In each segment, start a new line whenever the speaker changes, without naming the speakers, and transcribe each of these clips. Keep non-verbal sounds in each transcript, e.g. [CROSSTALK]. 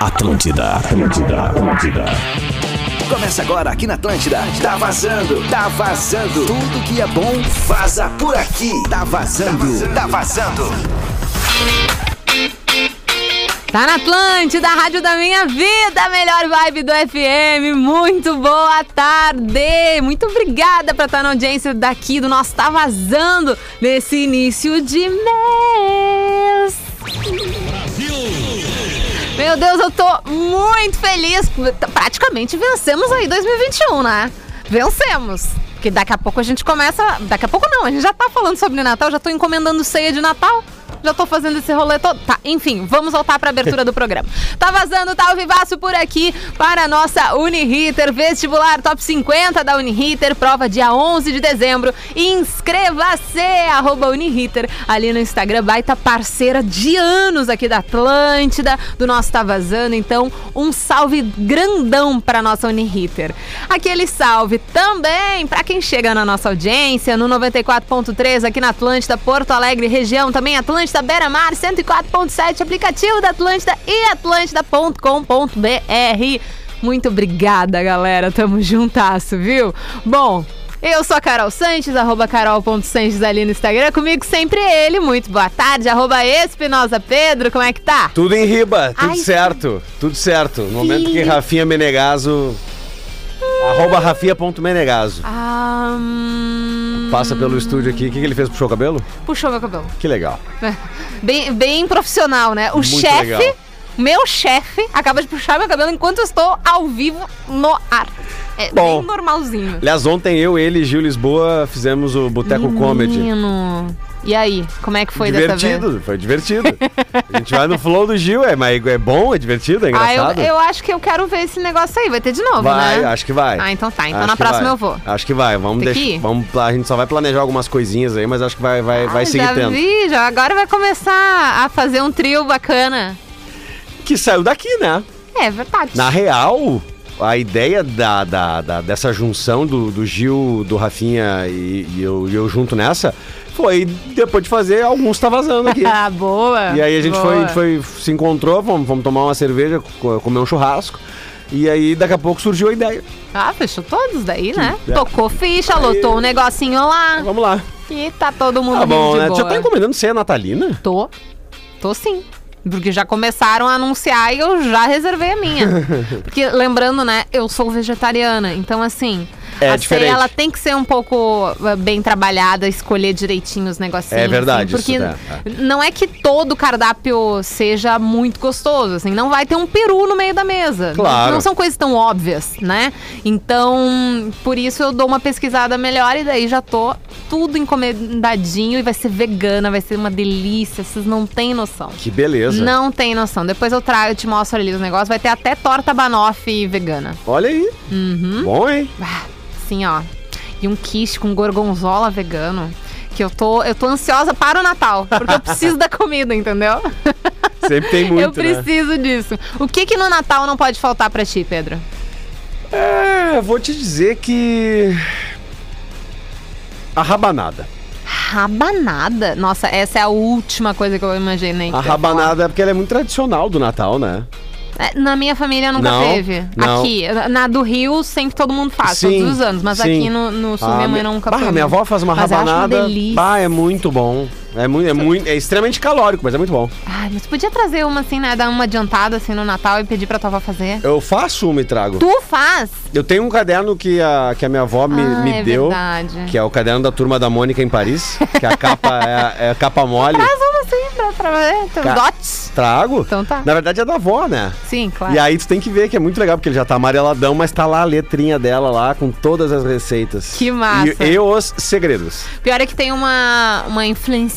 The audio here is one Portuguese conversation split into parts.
Atlântida, Atlântida, Atlântida.
Começa agora aqui na Atlântida. Tá vazando, tá vazando. Tudo que é bom vaza por aqui. Tá vazando, tá vazando.
Tá na Atlântida, da Rádio da Minha Vida, a melhor vibe do FM. Muito boa tarde. Muito obrigada pra estar na audiência daqui do nosso Tá Vazando nesse início de mês. Meu Deus, eu tô muito feliz. Praticamente vencemos aí 2021, né? Vencemos. Porque daqui a pouco a gente começa. Daqui a pouco não, a gente já tá falando sobre Natal, já tô encomendando ceia de Natal. Já tô fazendo esse rolê todo. Tá, enfim, vamos voltar pra abertura do programa. Tá vazando, tá o vivaço por aqui para a nossa Uniriter vestibular top 50 da Uniriter, prova dia 11 de dezembro. Inscreva-se, arroba Uniriter, ali no Instagram, baita parceira de anos aqui da Atlântida, do nosso Tá Vazando. Então, um salve grandão pra nossa Uniriter. Aquele salve também pra quem chega na nossa audiência, no 94.3 aqui na Atlântida, Porto Alegre, região também Atlântida, Beira Mar, 104.7, aplicativo da Atlântida e atlântida.com.br. Muito obrigada, galera. Tamo juntasso, viu? Bom, eu sou a Carol Sanches, arroba carol.sanches ali no Instagram. Comigo sempre ele. Muito boa tarde, arroba Espinosa Pedro. Como é que tá?
Tudo em riba, tudo
Ai,
certo, tudo certo. No momento que
Filho.
Rafinha Menegaso. Arroba Rafinha.menegaso.
Ah, hum,
Passa pelo estúdio aqui. O que, que ele fez? Puxou o cabelo?
Puxou meu cabelo. né?
Que legal.
Bem, bem profissional, né? O
Muito
chefe,
legal.
meu chefe, acaba de puxar meu cabelo enquanto eu estou ao vivo no ar. É
Bom.
bem normalzinho.
Aliás, ontem eu, ele e Gil Lisboa fizemos o Boteco Comedy.
Menino. E aí, como é que foi dessa vez?
divertido, foi divertido. A gente vai no flow do Gil, é, mas é bom, é divertido, é
Ah, eu,
engraçado.
eu acho que eu quero ver esse negócio aí. Vai ter de novo,
Vai,
né?
acho que vai.
Ah, então tá. Então
Acho
na
que
próxima
vai.
eu vou.
Acho que vai. Vamos
Tem que
deixar.
ir?
Vamos, a gente só vai planejar algumas coisinhas aí, mas acho que vai, vai, vai
Ah,
seguir
já
tendo.
vi, já. Agora vai começar a fazer um trio bacana.
Que saiu daqui, né?
É verdade.
Na real, a ideia da, da- da- dessa junção do, do Gil, do Rafinha e, e eu, e eu junto nessa foi depois de fazer alguns tá
[LAUGHS]
vazando aqui.
Ah, boa.
E aí a gente foi, a
boa.
gente foi- se encontrou, vamos, vamos tomar uma cerveja, co- comer um churrasco. E aí daqui a pouco surgiu a ideia.
Ah, fechou todos daí, né?
Que-
Tocou ficha, lotou um negocinho lá.
Vamos lá.
E tá todo mundo
Tá bom,
bem
né?
de
Tu
boa.
Já tá encomendando ceia natalina?
Tô. Tô sim. Porque já começaram a anunciar e eu já reservei a
[LAUGHS]
minha. Porque, lembrando, né, eu sou vegetariana. Então, assim,
É
a
diferente.
ceia ela tem que ser um pouco uh, bem trabalhada, escolher direitinho os negocinhos.
É verdade,
assim, porque
isso, né?
não é que todo cardápio seja muito gostoso, assim. Não vai ter um peru no meio da mesa.
Claro.
Não são coisas tão óbvias, né? Então, por isso eu dou uma pesquisada melhor e daí já tô tudo encomendadinho e vai ser vegana, vai ser uma delícia, vocês não têm noção.
Que beleza.
Não tem noção. Depois eu trago, eu te mostro ali os negócios. Vai ter até torta banoffee vegana.
Olha aí.
Uhum.
Bom, hein?
Assim, ó. E um quiche com gorgonzola vegano. Que eu tô, eu tô ansiosa para o Natal. Porque eu preciso
[LAUGHS]
da comida, entendeu?
Sempre tem muito,
[LAUGHS] eu
né?
preciso disso. O que que no Natal não pode faltar pra ti, Pedro?
É, vou te dizer que... A rabanada.
Rabanada. Nossa, essa é a última coisa que eu imaginei. que
A
tu ia falar.
rabanada é porque ela é muito tradicional do Natal, né?
É, Na minha família nunca
Não,
teve.
não.
Aqui, na do Rio, sempre todo mundo faz,
Sim,
todos os anos. Mas
sim.
aqui no, no sul,
Ah,
minha mãe
mi-
nunca
Bah,
fez.
minha avó faz uma
Mas eu acho uma
rabanada.
delícia.
Bah, é muito bom. É muito, é muito, é extremamente calórico, mas é muito bom.
Ai, mas tu podia trazer uma assim, né? Dar uma adiantada assim no Natal e pedir pra tua avó fazer.
Eu faço uma e trago.
Tu faz?
Eu tenho um caderno que a, que a minha avó me,
Ah,
me
é
deu,
verdade.
que é o caderno da turma da Mônica em Paris, que
[LAUGHS]
a capa é, a- é a capa mole.
Faz uma assim pra, pra ver. teus
Ca-
dotes.
Trago.
Então tá.
Na verdade é da avó, né?
Sim, claro.
E aí tu tem que ver que é muito legal, porque ele já tá amareladão, mas tá lá a letrinha dela lá com todas as receitas.
Que massa.
E, e os segredos.
Pior é que tem uma, uma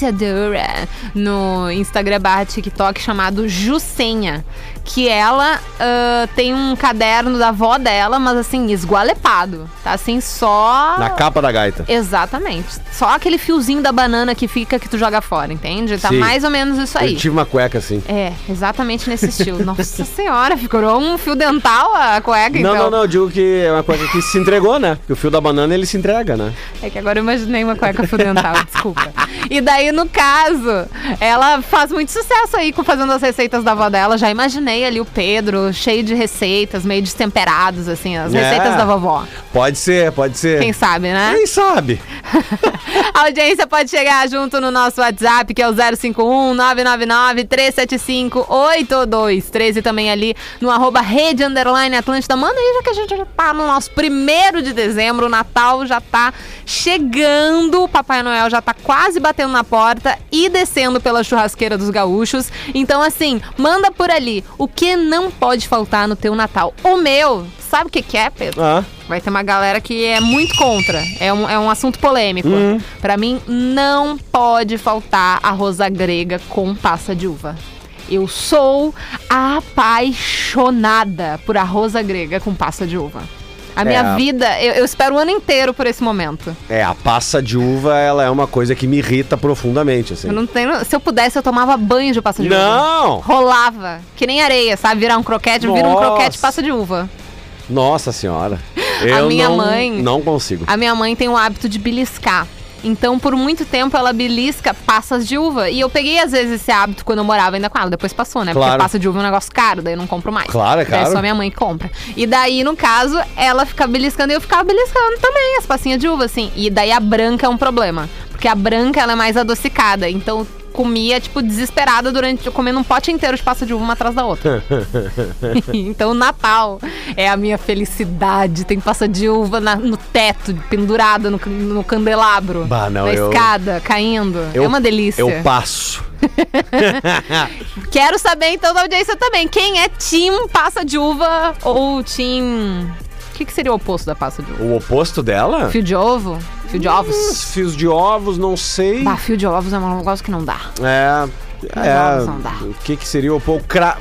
influenciadora no Instagram barra TikTok chamado Jusenha. Que ela ah, tem um caderno da avó dela, mas assim, esgualepado. Tá assim, só.
Na capa da gaita.
Exatamente. Só aquele fiozinho da banana que fica que tu joga fora, entende? Tá
Sim.
mais ou menos isso
Eu
aí.
tive uma cueca assim.
É, exatamente nesse estilo. Nossa [LAUGHS] senhora, ficou um fio dental a cueca,
Não,
então.
não, não, eu digo que é uma coisa que se entregou, né? Porque o fio da banana ele se entrega, né?
É que agora eu imaginei uma cueca fio dental, desculpa. E daí, no caso, ela faz muito sucesso aí com fazendo as receitas da avó dela. Já imaginei ali o Pedro, cheio de receitas, meio destemperados, assim, as
É.
receitas da vovó.
Pode ser, pode ser.
Quem sabe, né?
Quem sabe?
[LAUGHS] A audiência pode chegar junto no nosso WhatsApp, que é o 051 999 375 8213 e também ali no arroba rede underline Atlântida. Manda aí, já que a gente já tá no nosso primeiro de dezembro, o Natal já tá chegando, o Papai Noel já tá quase batendo na porta e descendo pela churrasqueira dos gaúchos. Então, assim, manda por ali o que não pode faltar no teu Natal. O meu, sabe o que que é, Pedro?
Ah,
Vai ter uma galera que é muito contra. É um, é um assunto polêmico.
Hum.
Pra mim, não pode faltar arroz à grega com passa de uva. Eu sou apaixonada por arroz à grega com passa de uva. A minha
É a-
vida, eu, eu espero o ano inteiro por esse momento.
é, a passa de uva, ela é uma coisa que me irrita profundamente, assim.
Eu não tenho, se eu pudesse, eu tomava banho de passa de uva.
Não!
Rolava, que nem areia, sabe? Virar um croquete, vira um
Nossa.
croquete passa de uva.
Nossa senhora. Eu
minha
não,
mãe-
Não consigo.
A minha mãe tem o hábito de beliscar. Então, por muito tempo, ela belisca passas de uva. E eu peguei, às vezes, esse hábito quando eu morava ainda com ela. Depois passou, né?
Claro.
Porque passa de uva é um negócio caro, daí eu não compro mais.
Claro, é
Daí
caro.
só minha mãe que compra. E daí, no caso, ela fica beliscando e eu ficava beliscando também as passinhas de uva, assim. E daí a branca é um problema. Porque a branca, ela é mais adocicada. Então, eu comia, tipo, desesperada durante... eu Comendo um pote inteiro de passa de uva uma atrás da outra. [LAUGHS] Então, o Natal é a minha felicidade. Tem passa de uva na- no teto, pendurada no, can- no candelabro.
Bah, não,
na
eu-
escada, caindo.
Eu-
é uma delícia. [LAUGHS]
Eu passo.
Quero saber, então, da audiência também. Quem é Tim Passa de Uva ou Tim. O que, que seria o oposto da passa de uva?
O oposto dela?
Fio de ovo? Fio de ovos?
Os Fios de ovos, não sei.
Bah, fio de ovos é um negócio que não dá.
É.
ovos não dá.
É. O que que seria o oposto? Cra...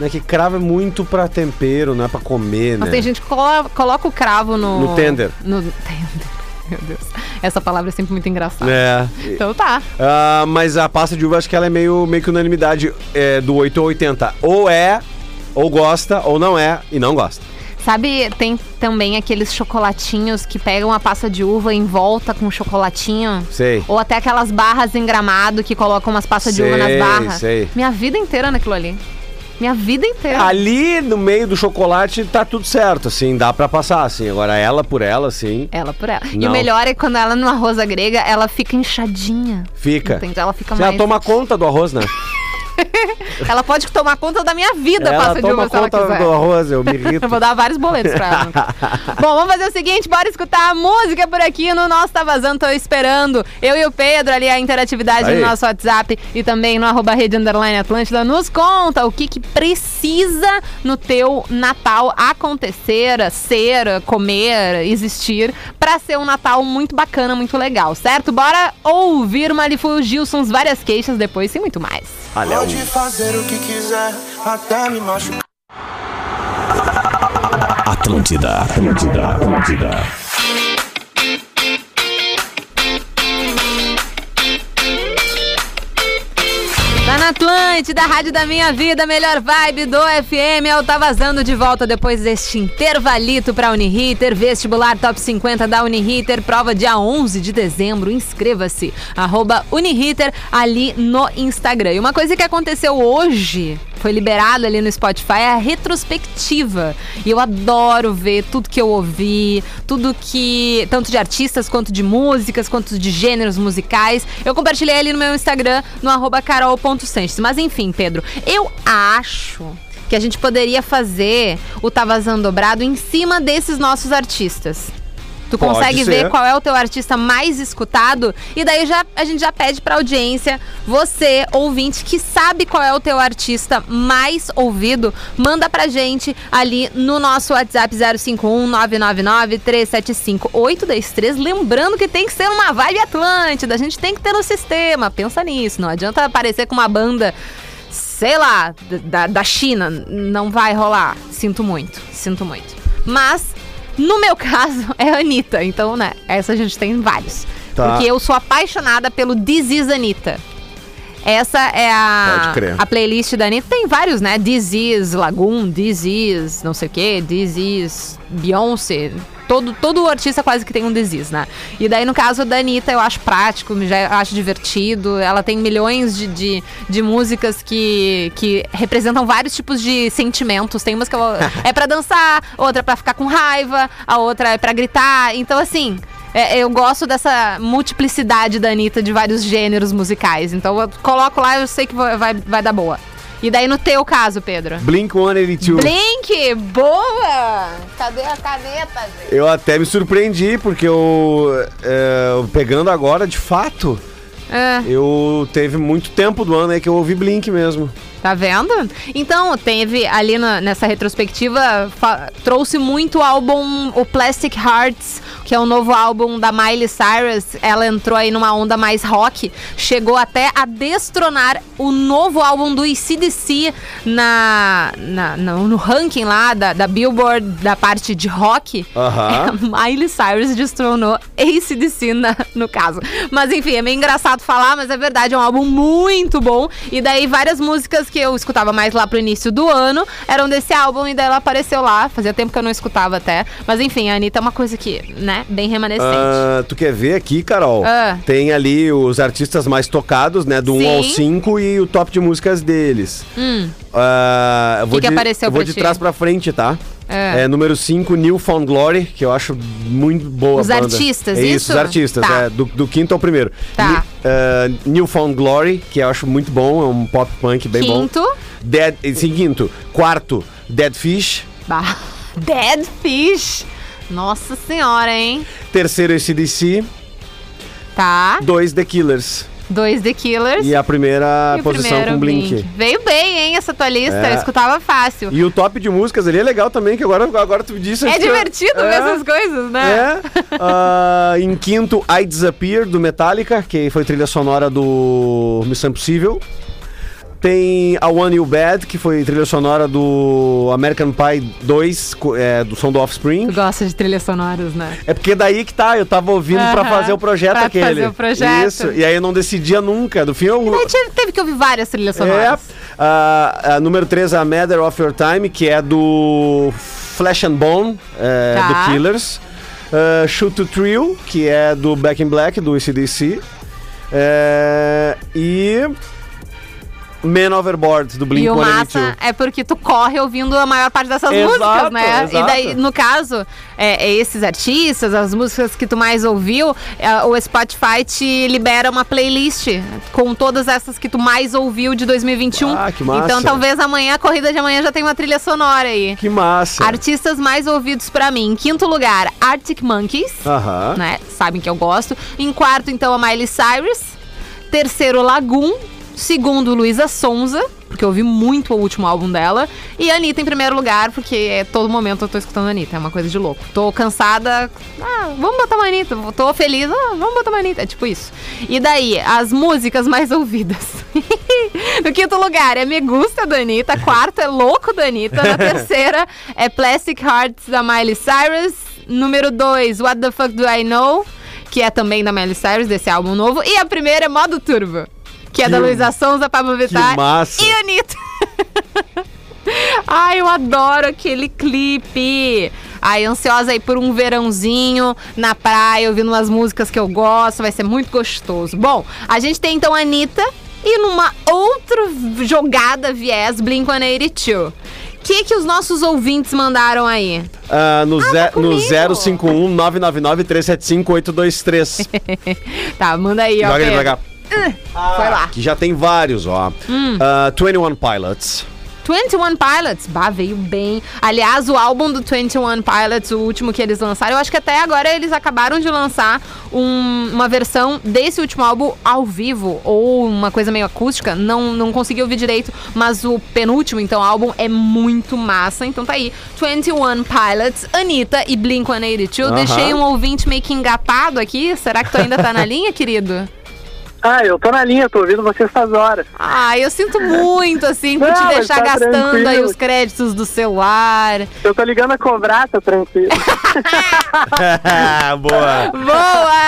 Né, que cravo é muito pra tempero, não é pra comer,
Mas
né?
tem gente que colo- coloca o cravo no.
No tender.
No tender. [LAUGHS] Meu Deus. Essa palavra é sempre muito engraçada.
É.
Então tá.
Ah, mas a pasta de uva acho que ela é meio, meio que unanimidade é, do 8 ou 80. Ou é, ou gosta, ou não é, e não gosta.
Sabe, tem também aqueles chocolatinhos que pegam a passa de uva em volta com chocolatinho.
Sei.
Ou até aquelas barras em gramado que colocam umas passas de uva
Sei,
nas barras.
sei.
Minha vida inteira naquilo ali. Minha vida inteira.
Ali no meio do chocolate tá tudo certo, assim, dá pra passar, assim. Agora ela por ela, assim,
Ela por ela. E
Não.
o melhor é quando ela é numa rosa grega, ela fica inchadinha.
fica.
Entende? Ela fica
Ela
mais.
toma conta do arroz, né?
Ela pode tomar conta [LAUGHS] da minha vida, a
ela
passa de
toma
uva, se ela
conta
quiser.
do arroz, eu me irrito.
[LAUGHS] Eu vou dar vários boletos pra ela. Bom, vamos fazer o seguinte, bora escutar a música por aqui no nosso Tá Vazando, tô esperando. Eu e o Pedro ali, a interatividade
Aí.
no nosso WhatsApp e também no arroba rede underline Atlântida, nos conta o que que precisa no teu Natal acontecer, ser, comer, existir, pra ser um Natal muito bacana, muito legal, certo? Bora ouvir o Malifo Gilsons, várias queixas depois e muito mais.
Olha,
Pode fazer o que quiser, até me machucar.
Atlântida, Atlântida, Atlântida.
Tá na Atlântida, da Rádio da Minha Vida, melhor vibe do FM. Eu tá vazando de volta depois deste intervalito pra Uniriter, vestibular top 50 da Uniriter, prova dia 11 de dezembro. Inscreva-se, arroba Uniriter ali no Instagram. E uma coisa que aconteceu hoje, foi liberado ali no Spotify, é a retrospectiva. E eu adoro ver tudo que eu ouvi, tudo que. tanto de artistas quanto de músicas, quanto de gêneros musicais. Eu compartilhei ali no meu Instagram, no arroba carol.sanches. Mas enfim, Pedro, eu acho que a gente poderia fazer o Tá Vazando Dobrado em cima desses nossos artistas. Tu
Pode
consegue
ser.
ver qual é o teu artista mais escutado e daí já a gente já pede pra audiência, você ouvinte que sabe qual é o teu artista mais ouvido, manda pra gente ali no nosso WhatsApp 051-999-375-823, lembrando que tem que ser uma vibe Atlântida, a gente tem que ter no sistema, pensa nisso, não adianta aparecer com uma banda sei lá, d- da, da China, não vai rolar. Sinto muito, sinto muito. Mas, no meu [LAUGHS] caso, é a Anitta. Então, né, essa a gente tem vários.
Tá.
Porque eu sou apaixonada pelo This is Anitta. Essa é a,
Pode crer.
a playlist da Anitta. Tem vários, né? Disease, Lagoon, Disease, não sei o quê, Disease, Beyoncé. Todo, todo artista quase que tem um disease, né? E daí, no caso da Anitta, eu acho prático, já acho divertido. Ela tem milhões de, de, de músicas que, que representam vários tipos de sentimentos. Tem umas que eu-
[LAUGHS]
é pra dançar, outra é pra ficar com raiva, a outra é pra gritar. Então, assim, é, eu gosto dessa multiplicidade da Anitta de vários gêneros musicais. Então eu coloco lá eu sei que vai, vai, vai dar boa. E daí no teu caso, Pedro?
Blink 182.
Blink! Boa! Cadê a caneta, gente?
Eu até me surpreendi, porque eu. é, eu pegando agora, de fato,
É,
eu teve muito tempo do ano aí que eu ouvi Blink mesmo.
tá vendo? Então, teve ali na- nessa retrospectiva, fa- trouxe muito o álbum, o Plastic Hearts, que é o novo álbum da Miley Cyrus. Ela entrou aí numa onda mais rock, chegou até a destronar o novo álbum do ICDC na, na, no, no ranking lá da, da Billboard da parte de rock. É,
Aham.
Miley Cyrus destronou ACDC na, no caso. Mas enfim, é meio engraçado falar, mas é verdade, é um álbum muito bom. E daí várias músicas que eu escutava mais lá pro início do ano eram desse álbum e daí ela apareceu lá. Fazia tempo que eu não escutava até. Mas enfim, a Anitta é uma coisa que, né, bem remanescente.
Ah, tu quer ver aqui, Carol?
Ah.
Tem ali os artistas mais tocados, né? Do 1
Sim.
ao 5 e o top de músicas deles.
Hum.
Ah, eu vou
que
de,
apareceu
eu vou
pra
de
ti?
trás pra frente, tá?
É.
É, número 5, Newfound Glory, que eu acho muito boa. a
Os
banda.
artistas,
É
isso?
Os artistas,
Tá.
é, do, do quinto ao primeiro.
Tá.
Ni- ah, Newfound Glory, que eu acho muito bom, é um pop punk bem
Quinto.
bom. Dead, em seguinte, quarto, Dead Fish.
Bah. Dead Fish. Nossa senhora, hein?
Terceiro, ACDC.
Tá.
Dois, The Killers.
Dois The Killers.
E a primeira
E o
posição
primeiro,
com Blink.
Veio bem, hein, essa tua lista.
É.
Eu escutava fácil.
E o top de músicas ali é legal também, que agora, agora tu disse.
É
acho que eu-
divertido
É.
ver essas coisas, né?
É. [LAUGHS] Ah, em quinto, I Disappear, do Metallica, que foi trilha sonora do Missão Impossível. Tem a One You Bad, que foi trilha sonora do American Pie 2, co- é, do som do
Tu
Offspring.
gosta de trilhas sonoras, né?
É porque daí que tá, eu tava ouvindo pra
Aham,
fazer o projeto
pra
aquele.
fazer o projeto.
Isso, e aí eu não decidia nunca. Do fim eu.
Daí teve, teve que ouvir várias trilhas
É, Ah,
sonoras.
a, a número 3 a Matter of Your Time, que é do Flesh and Bone, é,
Tá.
do Killers. Ah, Shoot to Thrill, que é do Back in Black, do ACDC. É, e. Man Overboard, do Blink
e o
182.
massa é porque tu corre ouvindo a maior parte dessas
Exato,
músicas, né? E daí,
exato.
no caso, é, é esses artistas, as músicas que tu mais ouviu, é, o Spotify te libera uma playlist com todas essas que tu mais ouviu de 2021.
Ah, que massa.
Então talvez amanhã, a corrida de amanhã já tenha uma trilha sonora aí.
Que massa!
Artistas mais ouvidos pra mim. Em quinto lugar, Arctic Monkeys.
Aham.
né? Sabem que eu gosto. Em quarto, então, a Miley Cyrus. Terceiro, Lagoon. Segundo, Luísa Sonza, porque eu ouvi muito o último álbum dela. E a Anitta em primeiro lugar, porque é, todo momento eu tô escutando a Anitta, é uma coisa de louco. Tô cansada, ah, vamos botar uma Anitta. Tô feliz, ah, vamos botar uma Anitta, é tipo isso. E daí, as músicas mais [LAUGHS] ouvidas. no quinto lugar é Me Gusta da Anitta, quarto é Louco da Anitta, na terceira é Plastic Hearts da Miley Cyrus, Número 2, What the Fuck Do I Know? Que é também da Miley Cyrus, desse álbum novo. E a primeira é Modo Turbo, que é da
Que-
Luísa Sonza, Pablo Vittar
massa.
e Anitta. [LAUGHS] Ai, eu adoro aquele clipe. Ai, ansiosa aí por um verãozinho na praia, ouvindo umas músicas que eu gosto, vai ser muito gostoso. Bom, a gente tem então a Anitta e numa outra v- jogada viés Blink-182. O que, que os nossos ouvintes mandaram aí?
Ah, no, um ze-
tá
no
comigo.
051 999 375
[LAUGHS]
823.
Tá, manda aí, ó.
Joga ele
Pedro.
pra cá.
Foi lá. Hum.
Que já tem vários, ó. Ah, 21 Pilots.
21 Pilots, bah, veio bem. Aliás, o álbum do 21 Pilots, o último que eles lançaram, eu acho que até agora eles acabaram de lançar um- uma versão desse último álbum ao vivo, ou uma coisa meio acústica, não, não consegui ouvir direito, mas o penúltimo, então, álbum é muito massa. Então tá aí, 21 Pilots, Anitta e Blink-182.
Aham.
Deixei um ouvinte meio que engapado aqui, será que tu ainda tá na linha, querido?
Ah, eu tô na linha, tô ouvindo vocês faz horas.
Ah, eu sinto muito, assim, por
Não,
te
mas
deixar
tá
gastando aí
tranquilo.
os créditos do celular.
Eu tô ligando a cobrar,
[LAUGHS]
tá tranquilo.
[LAUGHS] Boa.
[LAUGHS]
Boa!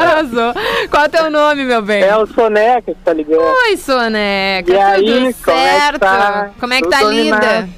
Arrasou. Qual é o teu nome, meu bem?
é o Soneca que tá ligando.
Oi, Soneca.
E
tudo
aí, como é que
certo?
tá?
Como é que
Tudo
tá, linda?
animado.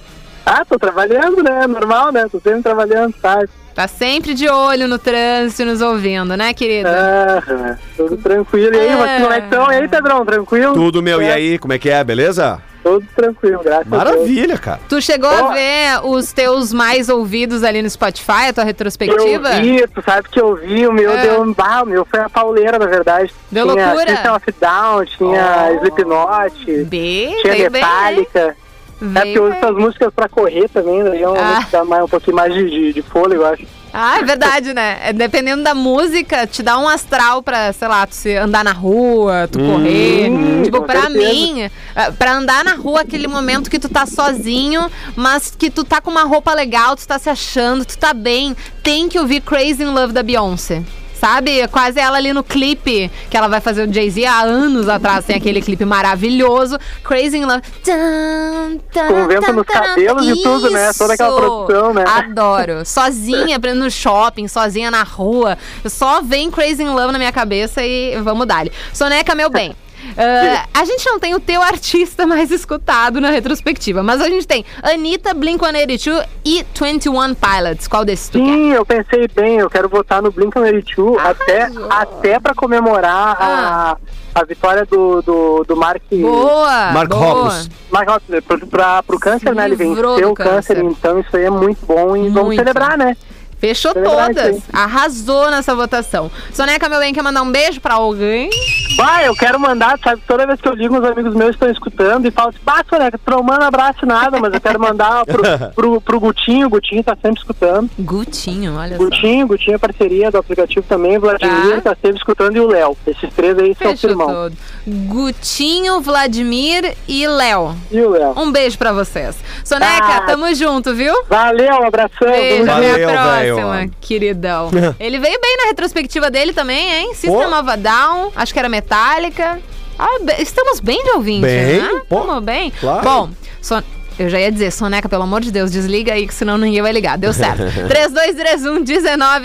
Ah, tô trabalhando, né? Normal, né? Tô sempre trabalhando, sabe?
Tá sempre de olho no trânsito, nos ouvindo, né, querida?
Aham, Ah, tudo tranquilo. E aí,
É.
vocês como é que estão? E aí, Pedrão, tranquilo?
Tudo meu, e
É,
aí, como é que é, beleza?
Tudo tranquilo, graças a Deus.
Maravilha, cara.
Tu chegou
É. Ó.
a ver os teus mais ouvidos ali no Spotify, a tua retrospectiva?
Eu vi, tu sabe que eu vi, o meu
É.
deu um bah, o meu foi a pauleira, na verdade.
Deu
tinha
loucura?
System of Down, tinha Slipknot,
Bem,
tinha
veio bem, né?
Metallica. É porque
Veio
eu uso
bem.
essas músicas pra correr também, daí é uma
Ah.
música que dá mais, um pouquinho mais de, de, de fôlego, eu acho.
Ah, é verdade, né? É, Dependendo da música, te dá um astral pra, sei lá, tu se andar na rua, tu correr. tipo,
Hum, com
pra
certeza.
mim, é, pra andar na rua, aquele momento que tu tá sozinho, mas que tu tá com uma roupa legal, tu tá se achando, tu tá bem, tem que ouvir Crazy in Love da Beyoncé. Sabe? É Quase ela ali no clipe que ela vai fazer o Jay-Z há anos atrás. Tem aquele clipe maravilhoso. Crazy in Love. Tum, tum,
Com o vento nos cabelos e tudo, né? Toda aquela
Isso!
produção, né?
Adoro. Sozinha, pra- no shopping, sozinha na rua. Só vem Crazy in Love na minha cabeça e vamos dar Soneca, meu bem. ah, a gente não tem o teu artista mais escutado na retrospectiva, mas a gente tem Anitta, Blink-182 e 21 Pilots. Qual desses tu quer?
Sim, eu pensei bem, eu quero votar no Blink-182
Ah,
até, até pra comemorar a, a vitória do, do, do Mark...
Boa!
Mark
boa.
Hoppus.
Mas, ó, pro, pra, pro câncer, né? Ele
livrou
venceu
do
o câncer.
câncer.
então isso aí é muito bom e vamos
Muito.
celebrar, né?
Fechou
Celebrar isso
todas.
aí.
Arrasou nessa votação. Soneca, meu bem, quer mandar um beijo pra alguém?
Vai, eu quero mandar, sabe? Toda vez que eu ligo, os amigos meus estão escutando e falam assim, bah, Soneca, tu não manda abraço nada, mas eu quero mandar pro, pro, pro Gutinho, o Gutinho tá sempre escutando.
Gutinho, olha só.
Gutinho, Gutinho é parceria do aplicativo também, Vladimir tá, sempre escutando e o Léo. Esses três aí são
Fechou
firmão.
todo. Gutinho, Vladimir e Léo.
E o Léo.
Um beijo pra vocês. Soneca,
Ah.
tamo junto, viu?
Valeu, um abração.
Beijo,
Tá.
vamos-
Valeu,
até a
velho.
próxima,
[LAUGHS]
queridão. Ele veio bem na retrospectiva dele também, hein? System
Pô.
of a Down, acho que era Metallica. Ah, be- estamos bem de ouvinte,
Bem,
né?
pô.
Estamos bem.
Claro.
Bom, Son- eu já ia dizer, Soneca, pelo amor de Deus, desliga aí, que senão ninguém vai ligar. Deu
[LAUGHS]
certo.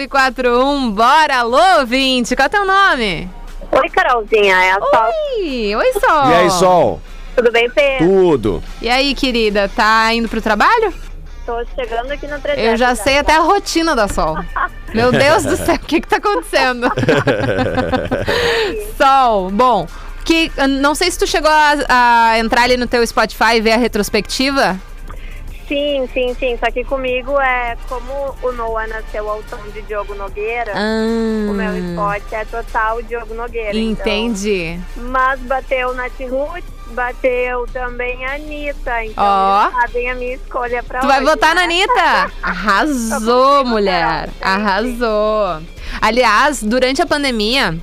3231-1941, bora, alô, ouvinte. Qual é teu nome?
Oi, Carolzinha, é a Sol.
Oi, oi, Sol.
Tá. E aí, Sol?
Tudo bem,
É.
Pedro?
Tudo.
E aí, querida, tá indo pro trabalho?
Tô chegando aqui no 300.
Eu já sei até a rotina da Sol.
[LAUGHS]
Meu Deus do céu, o que que tá acontecendo? Sol, bom, que, não sei se tu chegou a, a entrar ali no teu Spotify e ver a retrospectiva.
Sim, sim, sim. Só que comigo é como o Noah nasceu ao tom de Diogo Nogueira. O meu esporte é total Diogo Nogueira. então.
Hum. Entendi.
Mas bateu Nath Roots, bateu também a Anitta. Então,
Ó.
eles sabem a minha escolha pra
Tu vai
hoje,
votar na
né? [LAUGHS]
Anitta? Arrasou, mulher. Arrasou. Aliás, durante a pandemia.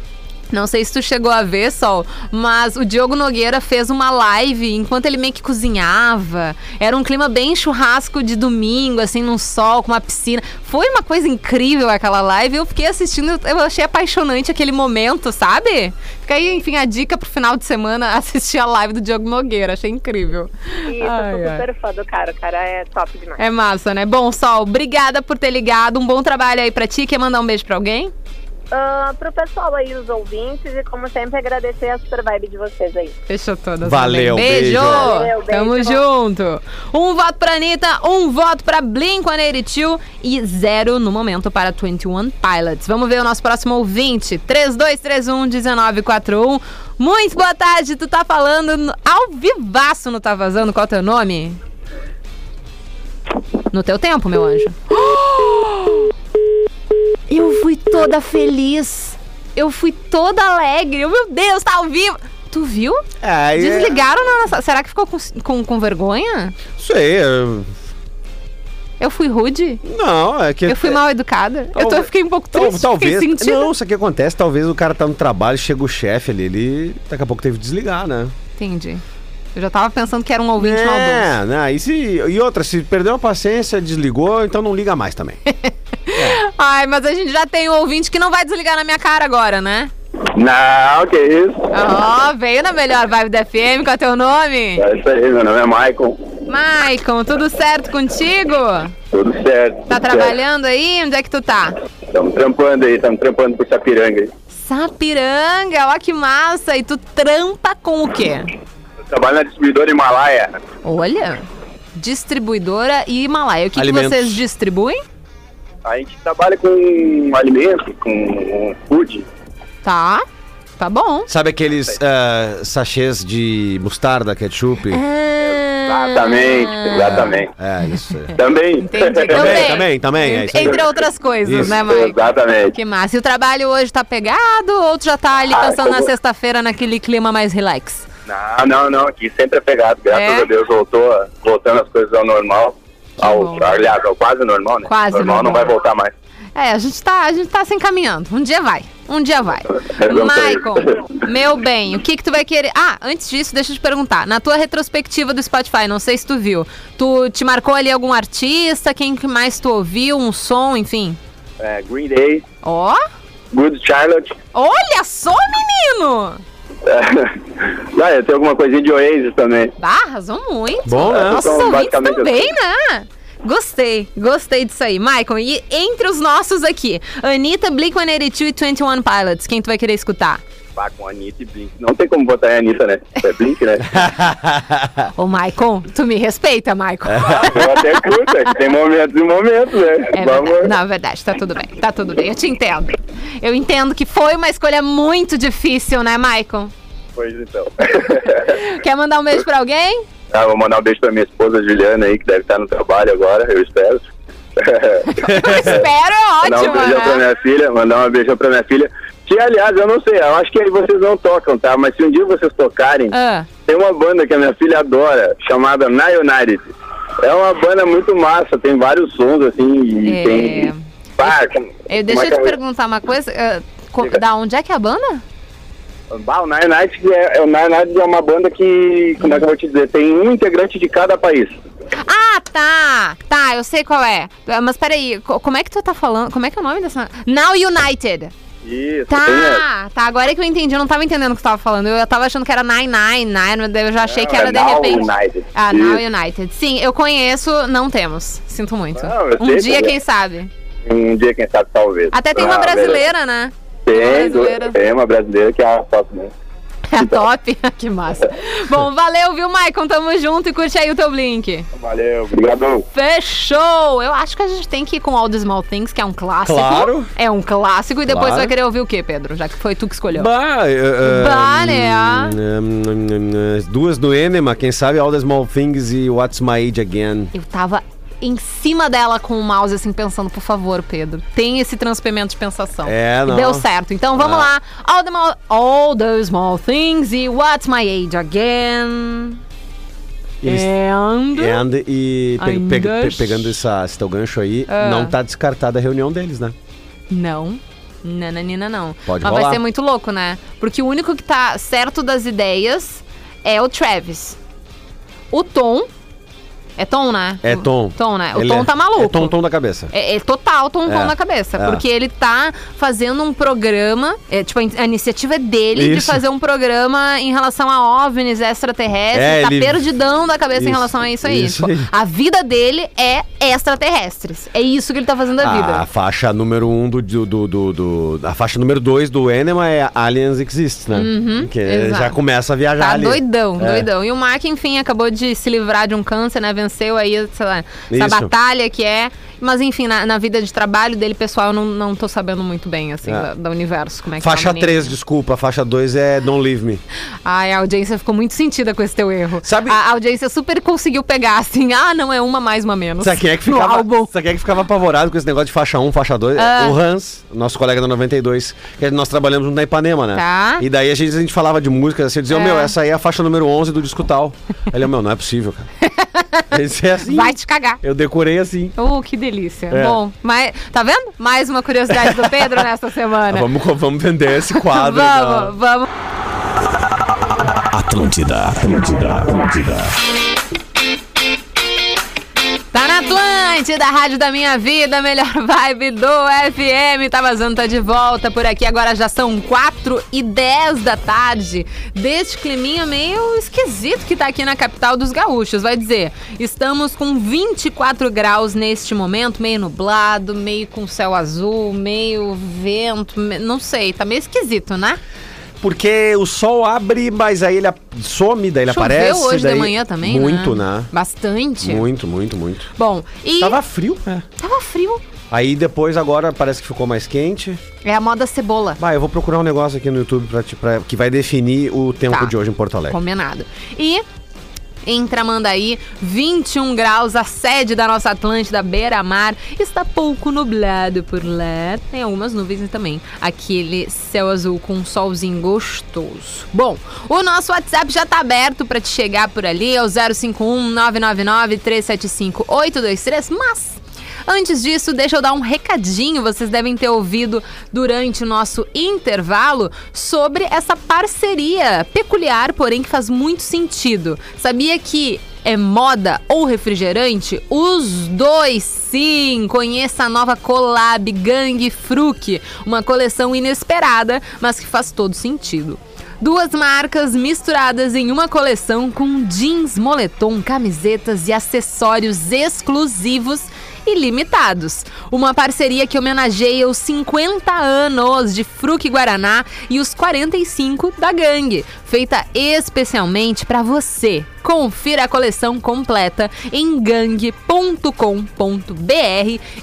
Não sei se tu chegou a ver, Sol, mas o Diogo Nogueira fez uma live enquanto ele meio que cozinhava. Era um clima bem churrasco de domingo, assim, num sol, com uma piscina. Foi uma coisa incrível aquela live. Eu fiquei assistindo, eu achei apaixonante aquele momento, sabe? Fica aí, enfim, a dica pro final de semana [LAUGHS] assistir a live do Diogo Nogueira. Achei incrível.
Isso,
Ai,
eu sou
ai.
super fã do cara. O cara é top demais.
É massa, né? Bom, Sol, obrigada por ter ligado. Um bom trabalho aí pra ti. Quer mandar um beijo pra alguém?
Ah, pro pessoal aí, os ouvintes, e como sempre, agradecer a super vibe de vocês aí.
Fechou todas.
Valeu,
também. beijo.
beijo.
Valeu, beijo.
Tamo junto. Um voto pra Anitta, um voto pra Blink-182 e zero no momento para 21 Pilots. Vamos ver o nosso próximo ouvinte, 3231-1941. Muito boa tarde, tu tá falando no- ao vivaço no Tá Vazando. Qual é o teu nome? No teu tempo, meu anjo. [GASPS] Eu fui toda feliz. Eu fui toda alegre. Eu, Meu Deus, tá ao vivo. Tu viu?
É,
Desligaram na nossa. Será que ficou com, com, com vergonha?
Isso aí. é-
Eu fui rude?
Não, é que.
Eu fui mal educada? Eu tô,
Talvez-
fiquei um pouco
Tal-
triste.
talvez.
Fiquei sentindo.
Não, isso aqui acontece. Talvez o cara tá no trabalho, chega o chefe ali, ele daqui a pouco teve que desligar, né?
Entendi. Eu já tava pensando que era um ouvinte maldoso.
É, né? E, se, e outra, se perdeu a paciência, desligou, então não liga
[LAUGHS]
mais também.
Ai, mas a gente já tem um ouvinte que não vai desligar na minha cara agora, né?
Não, que isso.
Ó, veio na melhor vibe da FM, qual é teu nome?
É isso aí, meu nome é Maicon.
Maicon, tudo certo contigo?
Tudo certo.
Tá
tudo certo.
trabalhando aí? Onde é que tu tá?
Estamos trampando aí, estamos trampando por Sapiranga aí.
Sapiranga, ó que massa! E tu trampa com o quê?
Eu trabalho na distribuidora Himalaia.
Olha, distribuidora e Himalaia. O que, que
Alimentos.
vocês distribuem?
A gente trabalha com alimento, com food.
Tá, tá bom.
Sabe aqueles ah, sachês de mostarda, ketchup?
É.
Exatamente, exatamente.
É, isso. aí.
Também.
Ah.
[LAUGHS]
Entendi.
Também, também, também, é isso aí.
Entre outras coisas,
Isso.
né, Maicon?
Exatamente.
Que massa. E o trabalho hoje tá pegado ou tu já tá ali
Ah,
pensando na
como-
sexta-feira naquele clima mais relax?
Não, não, não, aqui sempre é pegado. Graças
É?
a Deus voltou, a- voltando as coisas ao normal. Ao,
bom.
aliás, ao quase normal, né?
Quase
normal não
normal.
vai voltar mais.
É, a gente tá, a gente tá se encaminhando. Um dia vai. Um dia vai.
Vamos pra isso.
Maicon, meu bem, o que que tu vai querer? Ah, antes disso, deixa eu te perguntar. Na tua retrospectiva do Spotify, não sei se tu viu, tu te marcou ali algum artista? Quem que mais tu ouviu? Um som, enfim?
É, Green Day,
Ó,
Good Charlotte. [LAUGHS]
olha só, menino!
É. Ah, eu tenho alguma coisinha de Oasis também.
Bah, arrasou muito.
Bom, né?
Nossos
Então,
ouvintes
basicamente,
também, né? Gostei, gostei disso aí. Maicon, e entre os nossos aqui, Anitta, Blink-182 e 21 Pilots, quem tu vai querer escutar?
Pá, com Anitta e Blink. Não tem como botar a Anitta, né? É Blink, né?
Ô, Maicon, tu me respeita, Maicon.
Eu até curto, é que tem momentos e momentos, né? [LAUGHS]
É verdade. Na verdade, tá tudo bem. Tá tudo bem. Eu te entendo. Eu entendo que foi uma escolha muito difícil, né, Maicon?
Pois então. [LAUGHS]
Quer mandar um beijo pra alguém?
Ah, vou mandar um beijo pra minha esposa Juliana aí, que deve estar no trabalho agora, eu espero. [LAUGHS]
Eu espero, é
mandar um
ótimo,
beijão
né?
pra minha filha, mandar um beijão pra minha filha. Que, aliás, eu não sei, eu acho que aí vocês não tocam, tá? Mas se um dia vocês tocarem,
Ah,
tem uma banda que a minha filha adora, chamada Na United. É uma banda muito massa, tem vários sons, assim, e
É.
tem... Pá, com-
eu,
como
deixa
é
eu te
que é?
perguntar uma coisa. ah, co-
Diga.
da onde é que é a banda?
Bah, o Nine Nights é, é- o Nine Nights é uma banda que, como é que eu vou te dizer, tem um integrante de cada país.
Ah, tá! Tá, eu sei qual é. Ah, Mas peraí, co- como é que tu tá falando? Como é que é o nome dessa. Now United!
Isso, tem essa.
Tá, tá, agora é que eu entendi. Eu não tava entendendo o que tu tava falando. Eu, eu tava achando que era 999, mas daí eu já achei que
Não,
era
é
de
Now
repente.
United.
Ah, Now
Isso.
United. Sim, eu conheço, não temos. Sinto muito.
Não, eu
um
sei,
dia,
tá
quem sabe?
Um dia, quem sabe, talvez.
Até tem uma
Ah,
brasileira,
[LAUGHS]
né?
Tem,
brasileira.
tem uma brasileira que é a top, né?
É a top. [LAUGHS] que massa. Bom, valeu, viu, Maicon? Tamo junto e curte aí o teu Blink.
Valeu, obrigado.
Fechou! Eu acho que a gente tem que ir com All the Small Things, que é um clássico.
Claro.
É um clássico. E depois
Claro.
você vai querer ouvir o quê, Pedro? Já que foi tu que escolheu.
Bah, eh, eh,
Bah, né?
hum, hum, hum, hum, Duas do Enema, quem sabe All the Small Things e What's My Age Again.
Eu tava em cima dela com o mouse, assim, pensando, por favor, Pedro, tem esse transpimento de pensação.
É, não.
Deu certo. Então vamos
Ah.
lá. All the, Mo- all the small things e What's My Age Again.
Eles- É.
And...
And, e pe- pe- pe-
Ainda-
pegando essa, esse teu gancho aí,
Ah.
não tá descartada a reunião deles, né?
Não. Nananina, não.
Pode
Mas
rolar.
vai ser muito louco, né? Porque o único que tá certo das ideias é o Travis. O Tom. É Tom, né?
É
O-
Tom.
Tom, né? O
Ele
Tom
é-
tá maluco.
É Tom, Tom da cabeça.
É, é total tom, tom
É,
na cabeça.
é.
Porque ele tá fazendo um programa. É, tipo, a in- a iniciativa é dele de
Isso.
fazer um programa em relação a OVNIs extraterrestres.
É,
tá
ele-
perdidão da cabeça em
Isso,
relação a isso aí.
isso
Tipo,
aí.
a vida dele é extraterrestres. É isso que ele tá fazendo da
A
vida.
faixa número um do, do, do, do- do- A faixa número dois do Enema é Aliens Exist, né? que
Uhum, exato.
já começa a viajar
Tá
ali.
doidão,
É.
doidão. E o Mark, enfim, acabou de se livrar de um câncer, né? Venceu aí, sei lá,
Isso.
essa batalha que é. Mas, enfim, na, na vida de trabalho dele, pessoal, eu não, não tô sabendo muito bem, assim,
É.
da, da universo, como é que tá.
Faixa
o menino.
3, desculpa. Faixa 2 é Don't Leave Me.
Ai, a audiência ficou muito sentida com esse teu erro.
Sabe-
A audiência super conseguiu pegar assim, [LAUGHS] ah, não é uma mais, uma menos.
Sabe quem é que
No
ficava,
álbum.
sabe quem é que ficava apavorado com esse negócio de faixa 1, faixa 2?
Ah.
O Hans, nosso colega da 92, que nós trabalhamos na Ipanema, né?
Tá.
E daí a gente, a gente falava de músicas assim, eu dizia,
É.
meu, essa aí é a faixa número 11 do
[LAUGHS]
disco tal. Ele, meu, não é possível, cara. Ele disse, é assim.
Vai te cagar.
Eu decorei assim.
Oh, que delícia.
É.
Bom, mas, tá vendo? Mais uma curiosidade do Pedro nesta semana.
Ah, [LAUGHS] vamos, co- vamos vender esse quadro. da-
né? vamos, vamos.
Atlântida, Atlântida, Atlântida.
Tá na Atlântida, Rádio da Minha Vida, melhor [LAUGHS] vibe do FM. Tá vazando, tá de volta por aqui. Agora já são 4 e 10 da tarde. Deste climinha meio esquisito que tá aqui na capital dos gaúchos. Vai dizer, estamos com 24 graus neste momento, meio nublado, meio com céu azul, meio vento, me- não sei, tá meio esquisito, né?
Porque o sol abre, mas aí ele a- some, daí ele
Choveu
aparece.
hoje
daí...
de manhã também,
Muito,
né?
né?
Bastante.
Muito, muito, muito.
Bom, e
Tava frio, né?
tava frio.
Aí depois agora parece que ficou mais quente.
É a moda cebola.
Bah, eu vou procurar um negócio aqui no YouTube pra, te- pra- que vai definir o tempo
Tá.
de hoje em Porto Alegre.
Combinado. E em Tramandaí, 21 graus, a sede da nossa Atlântida, beira-mar, está pouco nublado por lá. Tem algumas nuvens e também aquele céu azul com um solzinho gostoso. Bom, o nosso WhatsApp já está aberto para te chegar por ali, é o 051 999 375 823, mas Antes disso, deixa eu dar um recadinho. Vocês devem ter ouvido durante o nosso intervalo sobre essa parceria peculiar, porém que faz muito sentido. Sabia que é moda ou refrigerante? Os dois, sim! Conheça a nova collab Gang Fruc, uma coleção inesperada, mas que faz todo sentido. Duas marcas misturadas em uma coleção com jeans, moletom, camisetas e acessórios exclusivos e limitados. Uma parceria que homenageia os 50 anos de Fruc Guaraná e os 45 da Gangue, feita especialmente para você. Confira a coleção completa em gangue.com.br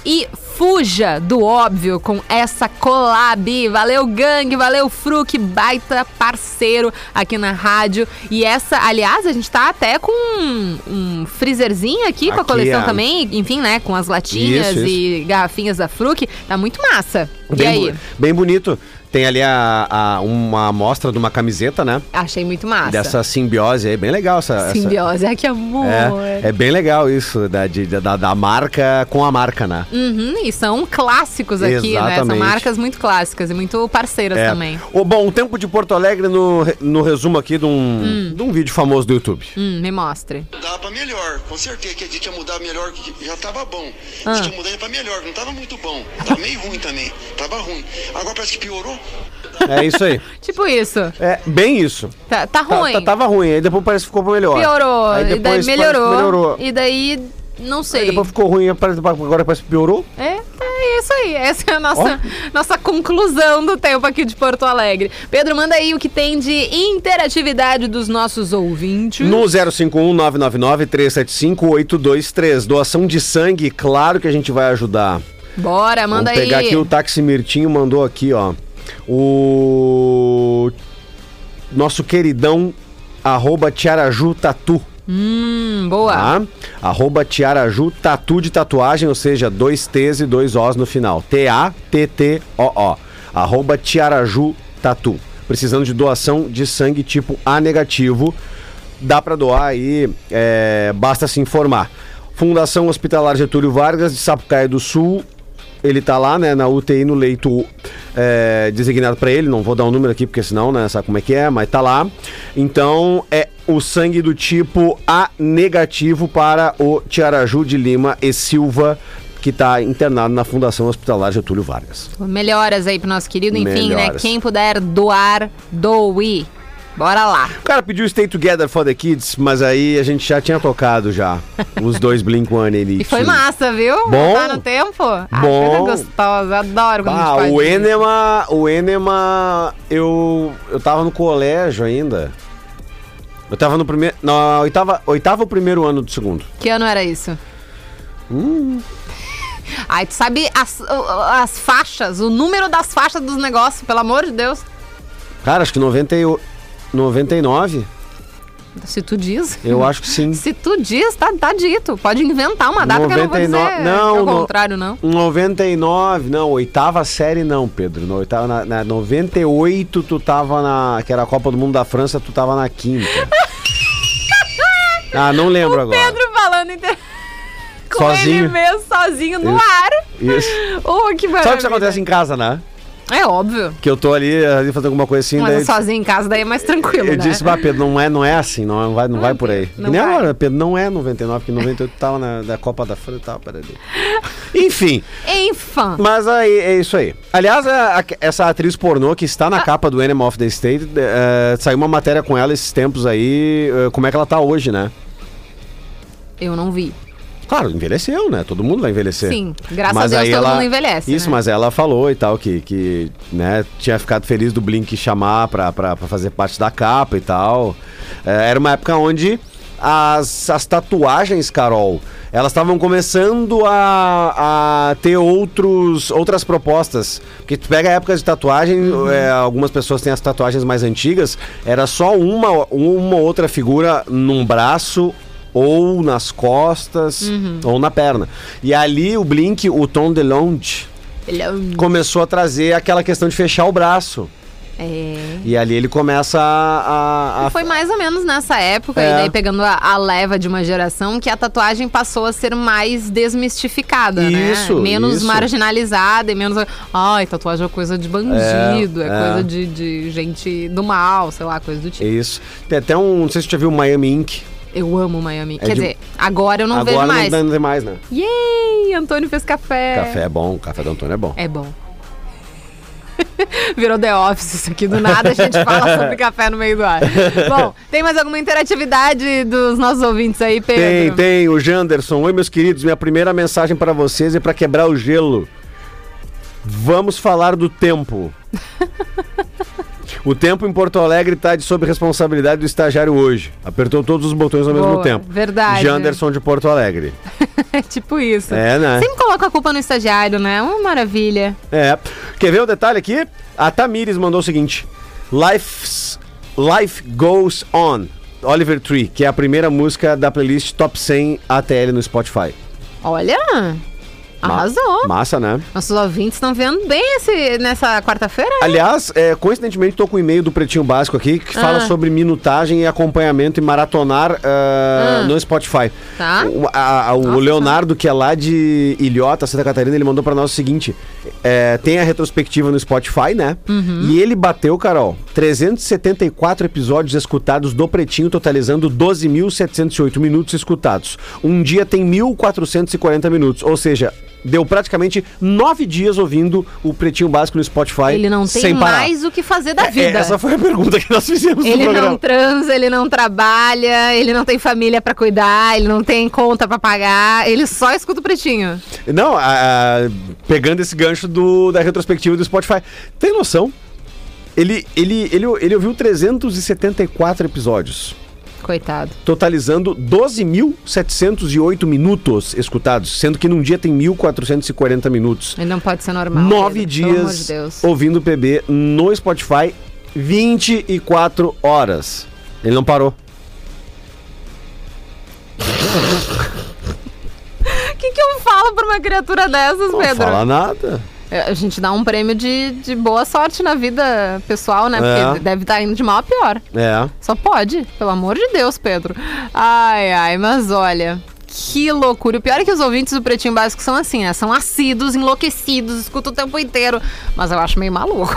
e fuja do óbvio com essa collab. Valeu, Gangue, valeu, Fruc, baita parceiro aqui na rádio. E essa, aliás, a gente tá até com um, um freezerzinho aqui, com a
Aqui,
coleção
é.
também, enfim, né, com as latinhas
Isso,
e garrafinhas da Fruc. Tá muito massa. e
Bem,
aí?
bo- bem bonito. Tem ali a, a- uma amostra de uma camiseta, né?
Achei muito massa.
Dessa simbiose aí. Bem legal essa. essa-
Simbiose, ai que amor.
É, é bem legal isso, da, de- da, da marca com a marca, né?
Uhum, e são clássicos aqui, né? São
Exatamente.
marcas muito clássicas e muito parceiras
É.
também.
O, bom, o tempo de Porto Alegre no, re- no resumo aqui de um, de um vídeo famoso do YouTube.
Hum, me mostre.
mudar pra melhor, com certeza que a gente ia mudar melhor, que já tava bom.
Ah.
A gente ia mudar pra melhor, não tava muito bom. Tava meio ruim também, tava ruim. Agora parece que piorou.
É isso aí.
Tipo isso.
É bem isso.
Tá, tá
Tá-
ruim.
tá- tava ruim, aí depois parece que ficou melhor.
Piorou.
Aí
E daí
depois
melhorou.
parece que melhorou.
E daí, não
Aí
sei.
depois ficou ruim, aí parece- agora parece que piorou.
É, tá, é isso aí. Essa é a nossa, nossa conclusão do tempo aqui de Porto Alegre. Pedro, manda aí o que tem de interatividade dos nossos ouvintes.
No 051-999-375-823, doação de sangue, claro que a gente vai ajudar.
Bora, manda
Vamos pegar
aí.
aqui o Táxi Mirtinho, mandou aqui, ó. O nosso queridão, arroba Tiaraju Tatu,
Hum, boa.
tá? Arroba Tiaraju Tatu de tatuagem, ou seja, dois T's e dois O's no final. T-A-T-T-O-O. Arroba Tiaraju Tatu. Precisando de doação de sangue tipo A negativo. Dá pra doar aí, é, basta se informar. Fundação Hospitalar Getúlio Vargas, de Sapucaia do Sul, ele tá lá, né, na UTI, no leito é, designado pra ele. Não vou dar o número aqui, porque senão, né, sabe como é que é, mas tá lá. Então, é o sangue do tipo A negativo para o Tiaraju de Lima e Silva, que tá internado na Fundação Hospitalar Getúlio Vargas.
Melhoras aí pro nosso querido. Enfim, né?
Melhoras.
Quem puder doar, doe. Bora lá.
O cara pediu Stay Together for the Kids, mas aí a gente já tinha
[LAUGHS]
tocado já os dois Blink-182.
E foi massa, viu?
Bom.
Tá no tempo? Ah,
Bom.
coisa gostosa. Adoro quando
Ah,
a gente
o
pode...
Enema, o Enema, eu eu tava no colégio ainda. Eu tava no primeiro, na oitava, oitava ou primeiro ano do segundo.
Que ano era isso?
Hum.
Ai, tu sabe as, as faixas, o número das faixas dos negócios, pelo amor de Deus.
Cara, acho que 90 e o- 99,
Se tu diz.
eu acho que sim.
Se tu diz, tá, tá dito. Pode inventar uma data que eu não vou
99
dizer.
não,
que é o
não.
contrário, não.
99, não, oitava série não, Pedro. Na oitava, na, na 98 tu tava na, que era a Copa do Mundo da França, tu tava
[LAUGHS]
na quinta. Ah, não lembro agora.
Pedro falando inter... [LAUGHS] com
Sozinho.
ele mesmo, sozinho, no
Isso.
ar.
Isso.
[LAUGHS] Oh, que maravilha.
Sabe o que isso acontece em casa, né?
É óbvio.
Que eu tô ali, ali fazendo alguma coisa assim. daí-
Mas sozinho em casa daí é mais tranquilo,
Eu
né?
disse, bah, Pedro, não é, não é assim, não, vai, não vai por aí.
não
que nem
vai.
agora, Pedro, não é 99, porque 98 tava na da Copa da França e tal, peraí. Enfim,
Enfim.
mas aí é isso aí. Aliás, a- a- essa atriz pornô que
Ah.
está na capa do Animal of the State, eh, saiu uma matéria com ela esses tempos aí, eh, como é que ela tá hoje, né?
Eu não vi.
Claro, envelheceu, né? Todo mundo vai envelhecer.
Sim, graças a Deus
aí
todo mundo envelhece,
Isso,
né?
mas ela falou e tal, que, que né, tinha ficado feliz do Blink chamar pra, pra, pra fazer parte da capa e tal. É, era uma época onde as, as tatuagens, Carol, elas estavam começando a, a ter outros, outras propostas. Porque tu pega épocas de tatuagem, é, algumas pessoas têm as tatuagens mais antigas, era só uma, uma outra figura num braço ou nas costas ou na perna. E ali o Blink, o Tom DeLonge,
Ele é um-
começou a trazer aquela questão de fechar o braço.
É.
E ali ele começa a. a- a-
Foi mais ou menos nessa época,
Ah, É.
e daí pegando a, a leva de uma geração, que a tatuagem passou a ser mais desmistificada,
Isso,
né? Menos
isso.
marginalizada e menos. Ai, tatuagem é coisa de bandido, é,
É, é.
coisa de, de gente do mal, sei lá, coisa do tipo.
Isso. Tem até um. Não sei se você já viu o Miami Inc.
Eu amo Miami. Quer
É de-
dizer, agora eu não
Agora
vejo
não
mais.
dá- não tem mais, né?
Yay! Antônio fez café.
Café é bom, café do Antônio é bom.
É bom. [LAUGHS] Virou The Office isso aqui. Do nada a gente fala sobre café no meio do
[LAUGHS]
ar. Bom, tem mais alguma interatividade dos nossos ouvintes aí,
Tem,
Pedro?
tem, o Janderson. Oi, meus queridos. Minha primeira mensagem pra vocês é pra quebrar o gelo. Vamos falar do tempo.
[LAUGHS]
o tempo em Porto Alegre tá de sob responsabilidade do estagiário hoje. Apertou todos os botões ao mesmo
Boa,
tempo.
verdade.
Janderson de Porto Alegre.
[LAUGHS] É tipo isso.
É, né?
Sempre coloca a culpa no estagiário, né? Uma maravilha.
É. Quer ver o detalhe aqui? A Tamires mandou o seguinte: Life's, Life Goes On, Oliver Tree, que é a primeira música da playlist Top 100 ATL no Spotify.
Olha,
Ma-
arrasou.
Massa, né?
Nossos ouvintes estão vendo bem esse, nessa quarta-feira.
Aliás, é, coincidentemente, tô com o e-mail do Pretinho Básico aqui que fala sobre minutagem e acompanhamento e maratonar ah, no Spotify.
Tá.
O, a- a- o Leonardo, que é lá de Ilhota, Santa Catarina, ele mandou pra nós o seguinte: é, tem a retrospectiva no Spotify, né? E ele bateu, Carol, 374 episódios escutados do Pretinho, totalizando 12.708 minutos escutados. Um dia tem 1.440 minutos, ou seja. Deu praticamente nove dias ouvindo o Pretinho Básico no Spotify.
Ele não tem
sem parar.
mais o que fazer da
É,
vida.
essa foi a pergunta que nós fizemos no
Ele
programa.
não transa, ele não trabalha, ele não tem família pra cuidar, ele não tem conta pra pagar, ele só escuta o pretinho.
Não, a- a- pegando esse gancho do, da retrospectiva do Spotify. Tem noção? Ele, ele, ele, ele ouviu 374 episódios,
Coitado.
totalizando 12.708 minutos escutados, sendo que num dia tem 1.440 minutos.
Ele não pode ser normal.
Nove
Pedro, Pelo amor
dias
de Deus.
ouvindo o PB no Spotify, 24 horas. Ele não parou.
O que, que eu falo pra uma criatura dessas,
Não
Pedro?
fala nada.
É, A gente dá um prêmio de, de boa sorte na vida pessoal, né?
É.
Porque deve estar indo de mal a pior.
É.
Só pode, pelo amor de Deus, Pedro. Ai, ai, mas olha. Que loucura. O pior é que os ouvintes do Pretinho Básico são assim, né? São assíduos, enlouquecidos, escutam o tempo inteiro. Mas eu acho meio maluco.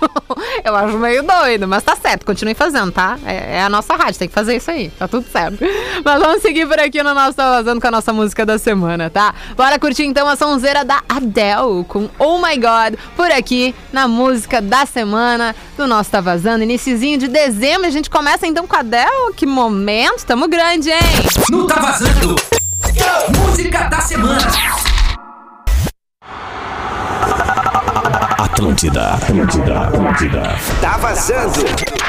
[LAUGHS] eu acho meio doido. Mas tá certo, continue fazendo, tá? É, é a nossa rádio, tem que fazer isso aí. Tá tudo certo. [LAUGHS] Mas vamos seguir por aqui no nosso Tá Vazando com a nossa música da semana, tá? Bora curtir então a sonzeira da Adele com Oh My God por aqui na música da semana do nosso Tá Vazando. Iniciozinho de dezembro, a gente começa então com a Adele. Que momento, tamo grande, hein?
Não tá vazando! Música da semana!
Atlântida, Atlântida, Atlântida.
Tá vazando!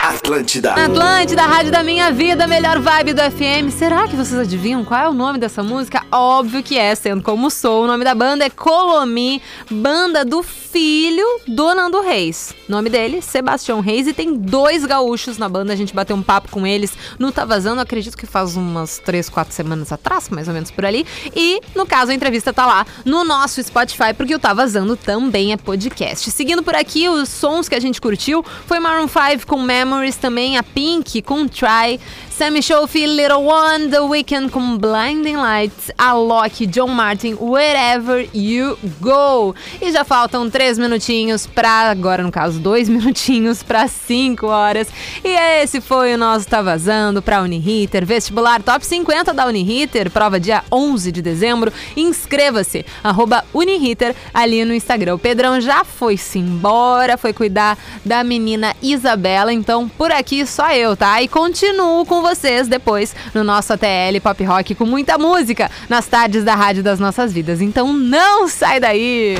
Atlântida!
Atlântida, Rádio da Minha Vida, melhor vibe do FM. Será que vocês adivinham qual é o nome dessa música? Óbvio que é, sendo como sou. O nome da banda é Colomi, banda do filho do Nando Reis. O nome dele, Sebastião Reis, e tem dois gaúchos na banda. A gente bateu um papo com eles no Tá Vazando, acredito que faz umas três, quatro semanas atrás, mais ou menos por ali. E, no caso, a entrevista tá lá no nosso Spotify, porque o Tá Vazando também é podcast. Seguindo por aqui, os sons que a gente curtiu foi Maroon 5 com Memories também, a Pink com Try, Sammy Shofi, Little One, The Weeknd com Blinding Lights, Alok, John Martin, Wherever You Go. E já faltam três minutinhos pra, agora no caso, dois [LAUGHS] minutinhos pra cinco horas. E esse foi o nosso Tá Vazando pra Uniriter, vestibular top 50 da Uniriter, prova dia 11 de dezembro. Inscreva-se, arroba Uniriter, ali no Instagram. O Pedrão já foi-se embora, foi cuidar da menina Isabela, então por aqui só eu, tá? E continuo com vocês depois no nosso ATL Pop Rock com muita música nas tardes da Rádio das Nossas Vidas. Então não sai daí!